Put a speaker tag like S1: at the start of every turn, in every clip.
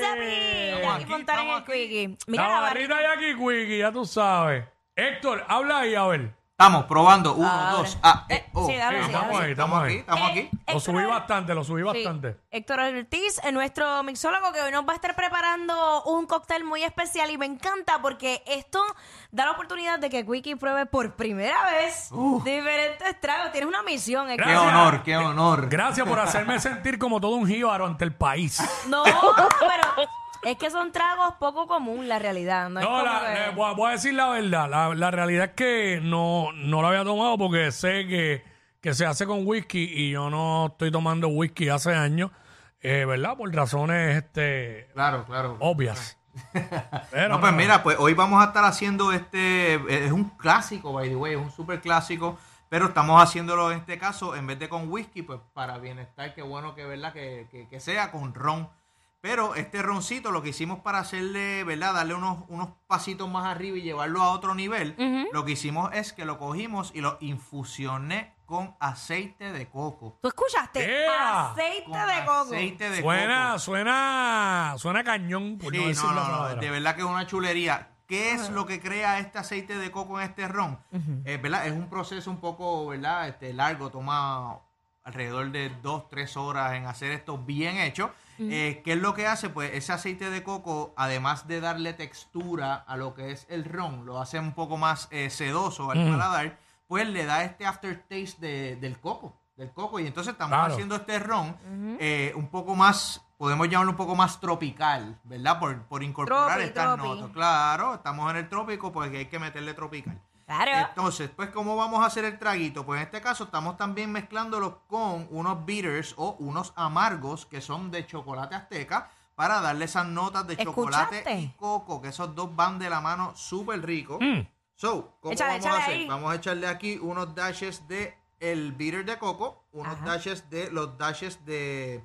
S1: Zapi, pues, Zapi. Jackie
S2: aquí,
S1: Fontana en
S2: estamos
S1: el Quickie. Mira
S2: La
S1: la
S2: barrita de Jackie Quickie, ya tú sabes. Héctor, habla ahí, a ver.
S3: Estamos probando. Uno,
S1: Ahora.
S3: dos. Ah, eh,
S1: Eh,
S3: oh.
S1: sí, dale,
S3: Eh,
S1: sí,
S3: estamos
S2: dale.
S3: ahí, estamos aquí, estamos
S1: Eh,
S3: aquí.
S2: Lo
S1: Héctor
S2: subí
S1: Or-
S2: bastante, lo subí
S1: Sí.
S2: bastante.
S1: Héctor Ortiz, eh, nuestro mixólogo, que hoy nos va a estar preparando un cóctel muy especial y me encanta porque esto da la oportunidad de que Quickie pruebe por primera vez diferentes tragos. Tienes una misión, Héctor.
S3: Qué
S2: Gracias.
S3: honor, qué honor.
S2: Gracias por hacerme sentir como todo un jíbaro ante el país.
S1: No, pero es que son tragos poco común, la realidad. No, es
S2: No,
S1: como
S2: la-
S1: que-
S2: eh, voy, voy a decir la verdad. La, la realidad es que no, no lo había tomado porque sé que, que se hace con whisky y yo no estoy tomando whisky hace años, eh, ¿verdad? Por razones este,
S3: Claro, claro.
S2: obvias. Pero
S3: No, pues mira, pues hoy vamos a estar haciendo este. Es un clásico, by the way, es un super clásico. Pero estamos haciéndolo en este caso, en vez de con whisky, pues para bienestar, qué bueno que verdad que, que- que sea con ron. Pero este roncito lo que hicimos para hacerle, ¿verdad? Darle unos, unos pasitos más arriba y llevarlo a otro nivel. Lo que hicimos es que lo cogimos y lo infusioné con aceite de coco.
S1: ¿Tú escuchaste?
S2: Yeah.
S1: Aceite
S3: Con
S1: de coco.
S3: Aceite de
S2: Suena,
S3: coco.
S2: suena, suena cañón. Por no
S3: Sí,
S2: decir la
S3: no, no, no,
S2: palabra.
S3: de verdad que es una chulería. ¿Qué es lo que crea este aceite de coco en este ron? Eh, ¿verdad? Es un proceso un poco ¿verdad? Este, largo, toma alrededor de dos, tres horas en hacer esto bien hecho. Eh, ¿Qué es lo que hace? Pues ese aceite de coco, además de darle textura a lo que es el ron, lo hace un poco más eh, sedoso al paladar, pues le da este aftertaste de- del coco, del coco. Y entonces estamos
S2: Claro.
S3: haciendo este ron eh, un poco más, podemos llamarlo un poco más tropical, ¿verdad? Por, por incorporar
S1: Tropi,
S3: estas
S1: tropi.
S3: notas. Claro, estamos en el trópico, pues hay que meterle tropical.
S1: Claro.
S3: Entonces, pues, ¿cómo vamos a hacer el traguito? Pues en este caso estamos también mezclándolo con unos bitters o unos amargos que son de chocolate azteca para darle esas notas de chocolate y
S1: ¿Escuchaste?
S3: coco, que esos dos van de la mano súper rico. So, ¿cómo
S1: Échale,
S3: vamos
S1: échale
S3: a hacer?
S1: ahí.
S3: Vamos a echarle aquí unos dashes de el bitter de coco, unos
S1: Ajá.
S3: dashes de los dashes de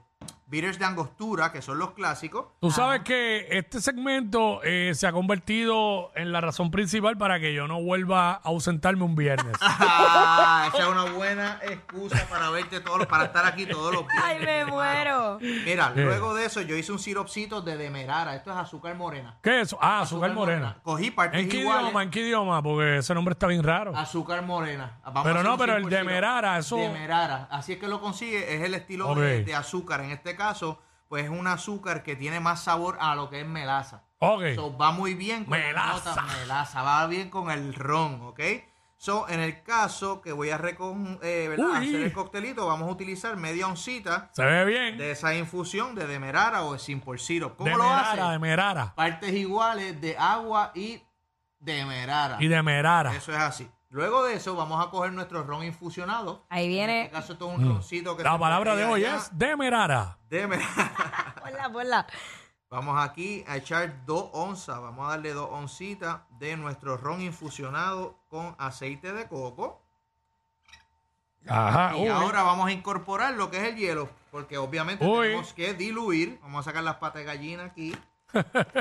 S3: bitters de angostura, que son los clásicos.
S2: Tú sabes que este segmento eh, se ha convertido en la razón principal para que yo no vuelva a ausentarme un viernes.
S3: Ah, esa es una buena excusa para verte todos los- para estar aquí todos los viernes.
S1: Ay, me
S3: hermano.
S1: muero.
S3: Mira, luego de eso yo hice un siropcito de demerara. Esto es azúcar morena.
S2: ¿Qué es eso? Ah, azúcar morena.
S3: Cogí partes
S2: ¿En qué
S3: iguales.
S2: idioma? ¿En qué idioma? Porque ese nombre está bien raro.
S3: Azúcar morena. Vamos
S2: Pero
S3: a hacer
S2: no,
S3: un
S2: pero el
S3: siropcito.
S2: demerara, eso-
S3: Demerara. Así es que lo consigue. Es el estilo de-
S2: Ok.
S3: de, azúcar. En este caso, pues es un azúcar que tiene más sabor a lo que es melaza.
S2: Ok.
S3: So, va muy bien con
S2: Melaza.
S3: la nota melaza, va bien con el ron, ¿ok? So, en el caso que voy a recon, eh, ¿verdad?
S2: Uy.
S3: hacer el coctelito, vamos a utilizar media oncita
S2: Se ve bien.
S3: de esa infusión de demerara o de simple syrup. ¿Cómo lo
S2: Demerara,
S3: hace?
S2: demerara.
S3: Partes iguales de agua y demerara.
S2: Y demerara.
S3: Eso es así. Luego de eso, vamos a coger nuestro ron infusionado.
S1: Ahí
S3: En
S1: viene.
S3: este caso, esto es un roncito que
S2: Eh. Mm. La
S3: se
S2: palabra de
S3: consigue
S2: hoy
S3: allá.
S2: es demerara.
S3: Demerara.
S1: Ponla, ponla.
S3: Vamos aquí a echar dos onzas. Vamos a darle dos oncitas de nuestro ron infusionado con aceite de coco.
S2: Ajá.
S3: y
S2: Ah, uy.
S3: ahora vamos a incorporar lo que es el hielo, porque obviamente
S2: Uy.
S3: tenemos que diluir. Vamos a sacar las patas de gallina aquí.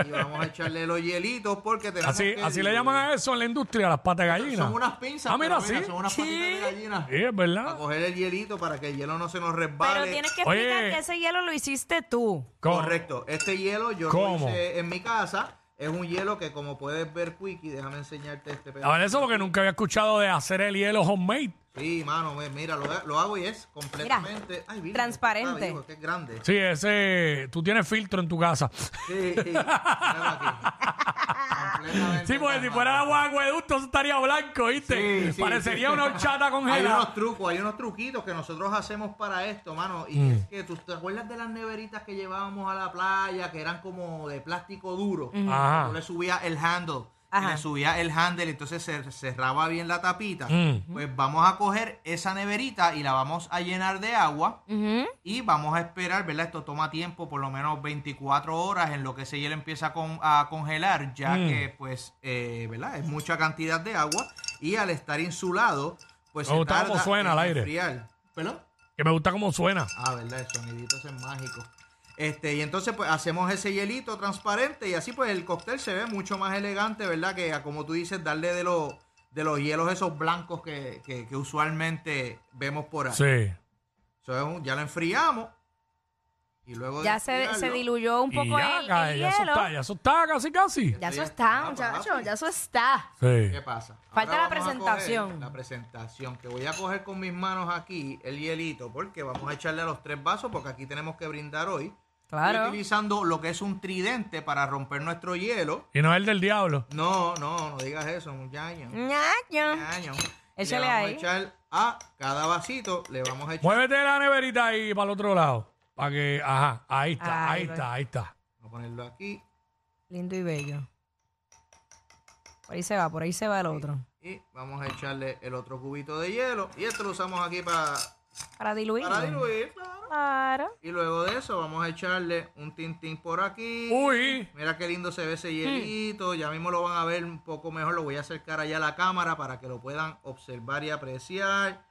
S3: y vamos a echarle los hielitos porque tenemos
S2: Así,
S3: que
S2: así le
S3: diluir.
S2: llaman a eso en la industria, las patas de gallina.
S3: Son unas pinzas.
S2: Ah, mira,
S3: pero mira,
S2: sí.
S3: Son unas
S2: Sí.
S3: patitas de gallina.
S2: Sí, es
S3: Para
S2: verdad.
S3: coger el hielito para que el hielo no se nos resbale.
S1: Pero tienes que
S2: Oye.
S1: explicar que ese hielo lo hiciste tú.
S2: Co-
S3: Correcto. Este hielo yo
S2: ¿Cómo?
S3: lo hice en mi casa. Es un hielo que como puedes ver, Quickie, déjame enseñarte este pedazo.
S2: A ver, Ah, eso porque nunca había escuchado de hacer el hielo homemade.
S3: Sí, mano, ve, mira, lo, lo hago y es completamente... Ay, mira,
S1: transparente.
S3: está, hijo, que es grande.
S2: Sí, ese. Tú tienes filtro en tu casa.
S3: Sí, sí. míralo aquí.
S2: Sí,
S3: Completamente
S2: porque si
S3: transparente.
S2: fuera agua de acueducto, eso estaría blanco, ¿viste?
S3: Sí, sí,
S2: Parecería
S3: sí.
S2: una horchata
S3: Hay
S2: congelada.
S3: unos trucos, hay unos truquitos que nosotros hacemos para esto, mano.
S2: Mm.
S3: Y es que tú te acuerdas de las neveritas que llevábamos a la playa, que eran como de plástico duro.
S2: Ajá.
S3: Tú le subías el handle. y
S1: Ajá.
S3: le subía el handle, entonces se cerraba bien la tapita.
S2: Mm.
S3: Pues vamos a coger esa neverita y la vamos a llenar de agua
S1: Ujú.
S3: y vamos a esperar, ¿verdad? Esto toma tiempo, por lo menos 24 horas en lo que ese hielo empieza a, con- a congelar, ya
S2: Mm.
S3: que, pues, eh, ¿verdad? Es mucha cantidad de agua y al estar insulado, pues
S2: Me
S3: se
S2: gusta
S3: tarda
S2: cómo suena al
S3: en
S2: aire.
S3: enfriar. ¿Perdón?
S2: Que me gusta cómo suena.
S3: Ah, verdad, el sonidito ese es mágico. Este, y entonces pues hacemos ese hielito transparente y así pues el cóctel se ve mucho más elegante, ¿verdad? Que a, como tú dices, darle de los de los hielos esos blancos que, que- que usualmente vemos por ahí.
S2: Sí.
S3: So, es un- ya lo enfriamos y luego de
S1: Ya se, se
S3: enfriarlo-
S1: diluyó un
S2: y
S1: poco
S2: ya,
S1: el,
S2: cae,
S1: el
S2: ya eso
S1: hielo.
S2: está, ya eso está casi casi.
S1: Ya eso
S3: Ya
S1: está,
S3: está,
S1: muchachos,
S3: papi.
S1: ya eso está.
S2: Sí.
S3: ¿Qué pasa?
S1: Falta la
S3: vamos a coger
S1: presentación.
S3: La presentación, que voy a coger con mis manos aquí el hielito, porque vamos a echarle a los tres vasos, porque aquí tenemos que brindar hoy.
S1: Claro.
S3: Y utilizando lo que es un tridente para romper nuestro hielo.
S2: Y no es el del diablo.
S3: No, no, no digas eso, muchacho.
S1: Ñaño.
S3: muchacho.
S1: Mm. Échale
S3: le vamos
S1: ahí.
S3: a echar a cada vasito, le vamos a echar.
S2: Muévete la neverita ahí para el otro lado. Para que, ajá, ahí está,
S1: Ahí
S2: ahí
S1: va.
S2: está, ahí está.
S3: Vamos a ponerlo aquí
S1: Lindo y bello. Por ahí se va, por ahí se va el otro.
S3: y vamos a echarle el otro cubito de hielo. Y esto lo usamos aquí para,
S1: Para diluirlo.
S3: para diluir, claro.
S1: Claro.
S3: Y luego de eso vamos a echarle un tintín por aquí.
S2: Uy,
S3: Mira qué lindo se ve
S1: Hmm.
S3: ese hielito. Ya mismo lo van a ver un poco mejor. Lo voy a acercar allá a la cámara para que lo puedan observar y apreciar.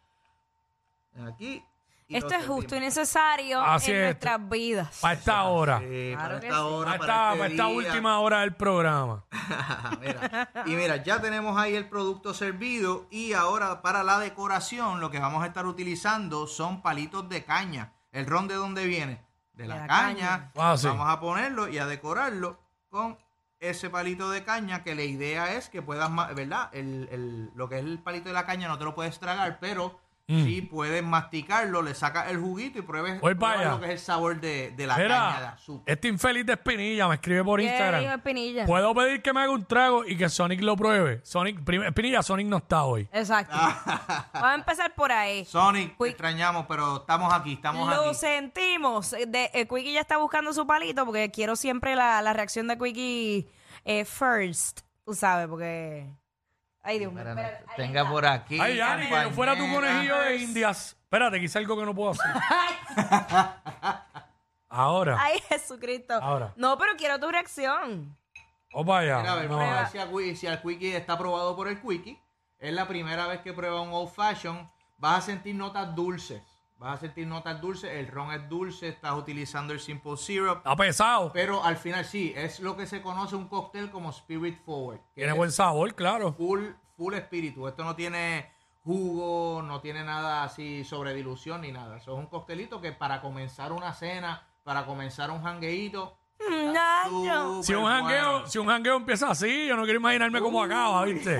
S3: Aquí. Y
S1: Esto
S3: lo
S1: es justo y
S3: servimos.
S1: necesario
S2: Así
S1: en
S2: es.
S1: nuestras vidas.
S2: para esta hora.
S3: Sí,
S1: Claro
S3: Eh, para
S1: que
S3: esta
S1: sí.
S3: hora,
S2: Para
S3: para
S2: esta,
S3: este
S2: para esta
S3: día.
S2: última hora del programa.
S3: Ah, Mira, Y mira, ya tenemos ahí el producto servido y ahora para la decoración lo que vamos a estar utilizando son palitos de caña. ¿El ron de dónde viene? De la,
S1: la
S3: caña.
S1: caña.
S2: Ah, sí.
S3: Vamos a ponerlo y a decorarlo con ese palito de caña que la idea es que puedas, ma- ¿verdad? El, el- lo que es el palito de la caña no te lo puedes tragar, pero sí puedes masticarlo, le sacas el juguito y pruebes,
S2: Mm. Voy para
S3: pruebas
S2: allá.
S3: lo que es el sabor de, de la caña de
S2: Mira,
S3: azúcar.
S2: este infeliz de Espinilla me escribe por
S1: Qué rico,
S2: Instagram.
S1: Espinilla.
S2: Puedo pedir que me haga un trago y que Sonic lo pruebe. Sonic, prim- Espinilla, Sonic no está hoy.
S1: Exacto. Vamos a empezar por ahí.
S3: Sonic, te
S1: Quick.
S3: extrañamos, pero estamos aquí, estamos
S1: Lo
S3: aquí.
S1: sentimos. De, eh, Quickie ya está buscando su palito porque quiero siempre la, la reacción de Quickie eh, first. Tú sabes, porque. Ay, Dios mío. espérate. Ahí
S3: Tenga
S1: está.
S3: por aquí.
S2: Ay, Yanni, que yo fuera tu conejillo de indias. Espérate, que hice algo que no puedo hacer. Ahora,
S1: Ay, Jesucristo.
S2: Ahora.
S1: No, pero quiero tu reacción.
S2: o vaya.
S3: Mira, a ver,
S2: no,
S3: prueba
S2: eh.
S3: si, a Wiki- si al Quickie está aprobado por el Quickie. Es la primera vez que prueba un Old Fashion. Vas a sentir notas dulces. Vas a sentir notas dulces. El ron es dulce. Estás utilizando el Simple Syrup.
S2: Está pesado.
S3: Pero al final sí, es lo que se conoce un cóctel como Spirit Forward. que
S2: Tiene
S3: es
S2: buen sabor, claro.
S3: full, full espíritu. Esto no tiene jugo, no tiene nada así sobre dilución ni nada. Eso es un costelito que para comenzar una cena, para comenzar un jangueíto.
S1: Nacho.
S2: Si un, jangueo, si un jangueo empieza así, yo no quiero imaginarme
S1: Uh.
S2: cómo acaba, ¿viste?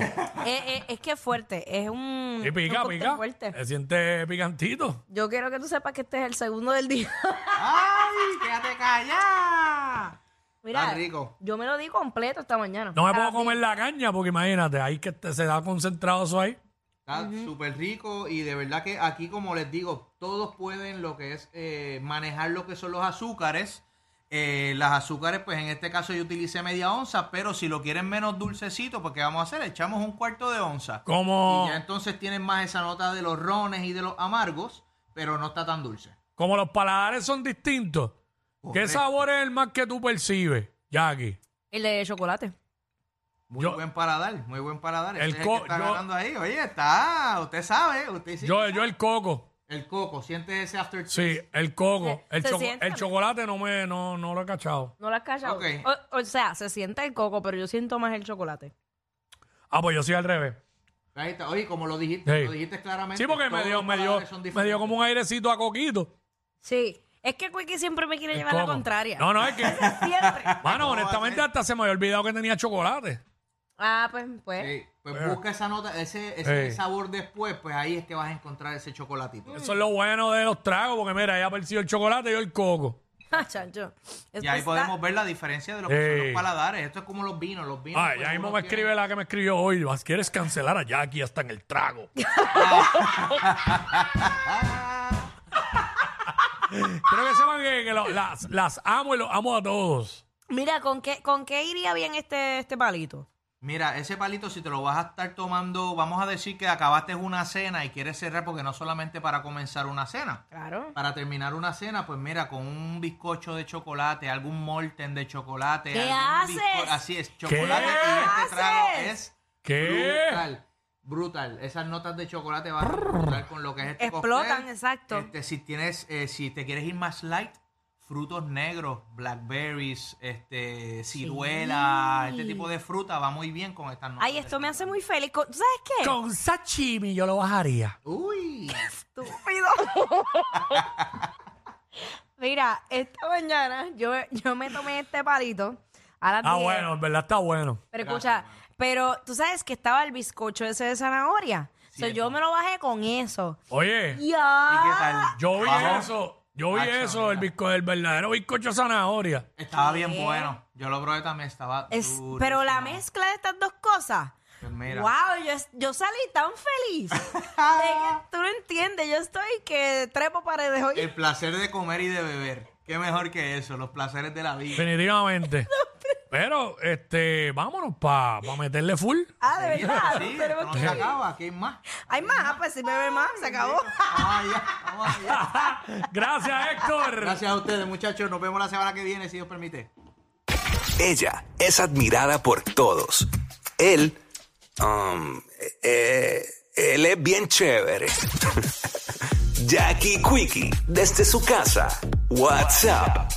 S1: Eh, eh, es que es fuerte. Es un.
S2: Y
S1: un
S2: pica,
S1: cóctel
S2: pica.
S1: fuerte.
S2: Se siente picantito.
S1: Yo quiero que tú sepas que este es el segundo del día.
S3: ¡Ay! ¡Quédate callada!
S1: Mira,
S3: Está rico.
S1: yo me lo di completo esta mañana.
S2: No me puedo
S1: Ah,
S2: comer la caña porque imagínate, ahí que te- se da concentrado eso ahí.
S3: Está súper rico y de verdad que aquí, como les digo, todos pueden lo que es eh, manejar lo que son los azúcares. Eh, las azúcares, pues en este caso yo utilicé media onza, pero si lo quieren menos dulcecito, pues ¿qué vamos a hacer? Echamos un cuarto de onza.
S2: Como,
S3: Y ya entonces tienen más esa nota de los rones y de los amargos, pero no está tan dulce.
S2: como los paladares son distintos. ¿Qué
S3: Correcto.
S2: sabor es el más que tú percibes, Jackie?
S1: El de chocolate.
S3: Muy
S2: Yo-
S3: buen paladar, muy buen paladar.
S2: El
S3: Ese es
S2: co-
S3: que está
S2: yo-
S3: ganando ahí. Oye, está, usted sabe, usted sí
S2: Yo,
S3: que
S2: yo
S3: sabe.
S2: el coco.
S3: El coco, siente ese after
S2: Sí, el coco.
S1: Se-
S2: El,
S1: se
S2: choco-
S1: siente.
S2: el chocolate no me no, no lo he cachado.
S1: No lo has callado.
S3: Ok.
S1: O, o sea, se siente el coco, pero yo siento más el chocolate.
S2: Ah, pues yo soy al revés.
S3: Ahí está. Oye, como lo dijiste,
S2: Sí.
S3: lo dijiste claramente.
S2: Sí, porque me
S3: todos
S2: dio,
S3: los
S2: me, dio,
S3: paladares son
S2: me dio
S3: diferentes.
S2: como un airecito a coquito.
S1: Sí. Es que Quickie siempre me quiere
S2: El
S1: llevar la
S2: coco.
S1: contraria.
S2: No, no, es que.
S1: Siempre.
S2: Mano,
S3: ¿Cómo va a
S2: honestamente
S3: ser?
S2: hasta se me había olvidado que tenía chocolate.
S1: Ah, pues, pues.
S3: Sí, pues busca esa nota, ese, ese
S2: eh. Sí.
S3: sabor después, pues ahí es que vas a encontrar ese chocolatito.
S2: Eso es lo bueno de los tragos, porque mira, ella ha percibido el chocolate y yo el coco.
S1: Ah, chancho.
S3: Y
S1: Esto
S3: ahí
S1: está-
S3: podemos ver la diferencia de lo que son
S2: Sí.
S3: los paladares. Esto es como los vinos, los vinos.
S2: Ay,
S3: pues,
S2: ya mismo
S3: uno
S2: me
S3: tiene-
S2: escribe la que me escribió hoy. "Vas, ¿Quieres cancelar a Jackie hasta en el trago? Quiero que sepan que, que lo- las, las amo y los amo a todos.
S1: Mira, ¿con qué, ¿con qué iría bien este, este palito?
S3: Mira, ese palito, si te lo vas a estar tomando, vamos a decir que acabaste una cena y quieres cerrar, porque no solamente para comenzar una cena.
S1: Claro.
S3: Para terminar una cena, pues mira, con un bizcocho de chocolate, algún molten de chocolate.
S1: ¿Qué
S3: algún bizco-
S1: haces?
S3: Así es, chocolate
S2: ¿Qué
S3: y
S1: haces?
S3: este trago es
S2: ¿Qué?
S3: brutal. Brutal. Esas notas de chocolate van a brutal con lo que es este
S1: Explotan,
S3: cóctel.
S1: exacto.
S3: Este, si tienes, eh, si te quieres ir más light, frutos negros, blackberries, este, ciruela, este tipo de fruta va muy bien con estas notas.
S1: Ay,
S3: de
S1: esto me
S3: chocolate.
S1: hace muy feliz. Co- ¿Tú sabes qué?
S2: Con sashimi yo lo bajaría.
S3: Uy.
S1: Estúpido. Mira, esta mañana yo, yo me tomé este palito a las
S2: Ah,
S1: 10.
S2: bueno, en verdad está bueno.
S1: Pero escucha, pero tú sabes que estaba el bizcocho ese de zanahoria. So, yo me lo bajé con eso.
S2: Oye,
S1: Ya.
S3: ¿Y qué tal?
S2: yo vi
S3: Ajá.
S2: eso, yo vi
S3: Acho,
S2: eso, el,
S3: mira.
S2: bizco, el verdadero bizcocho de zanahoria.
S3: Estaba bien
S1: ¿Qué?
S3: bueno. Yo lo probé también, estaba
S1: Es- pero la
S3: durísimo.
S1: mezcla de estas dos cosas.
S3: Pues mira.
S1: Wow, yo, es- yo salí tan feliz. de que tú no entiendes, yo estoy que trepo paredes hoy.
S3: El placer de comer y de beber. Qué mejor que eso, los placeres de la vida.
S2: Definitivamente. Pero, este, vámonos para meterle full.
S1: ah, de
S3: Sí,
S1: verdad.
S3: sí, esto
S1: tenemos
S3: no
S1: que
S3: se
S1: ir.
S3: acaba, aquí hay más.
S1: Hay más, ah, pues si bebe más, se acabó.
S3: Vamos allá, vamos allá.
S2: Gracias, Héctor.
S3: Gracias a ustedes, muchachos. Nos vemos la semana que viene, si Dios permite.
S4: Ella es admirada por todos. Él, um, eh, él es bien chévere. Jackie Quickie, desde su casa. What's up?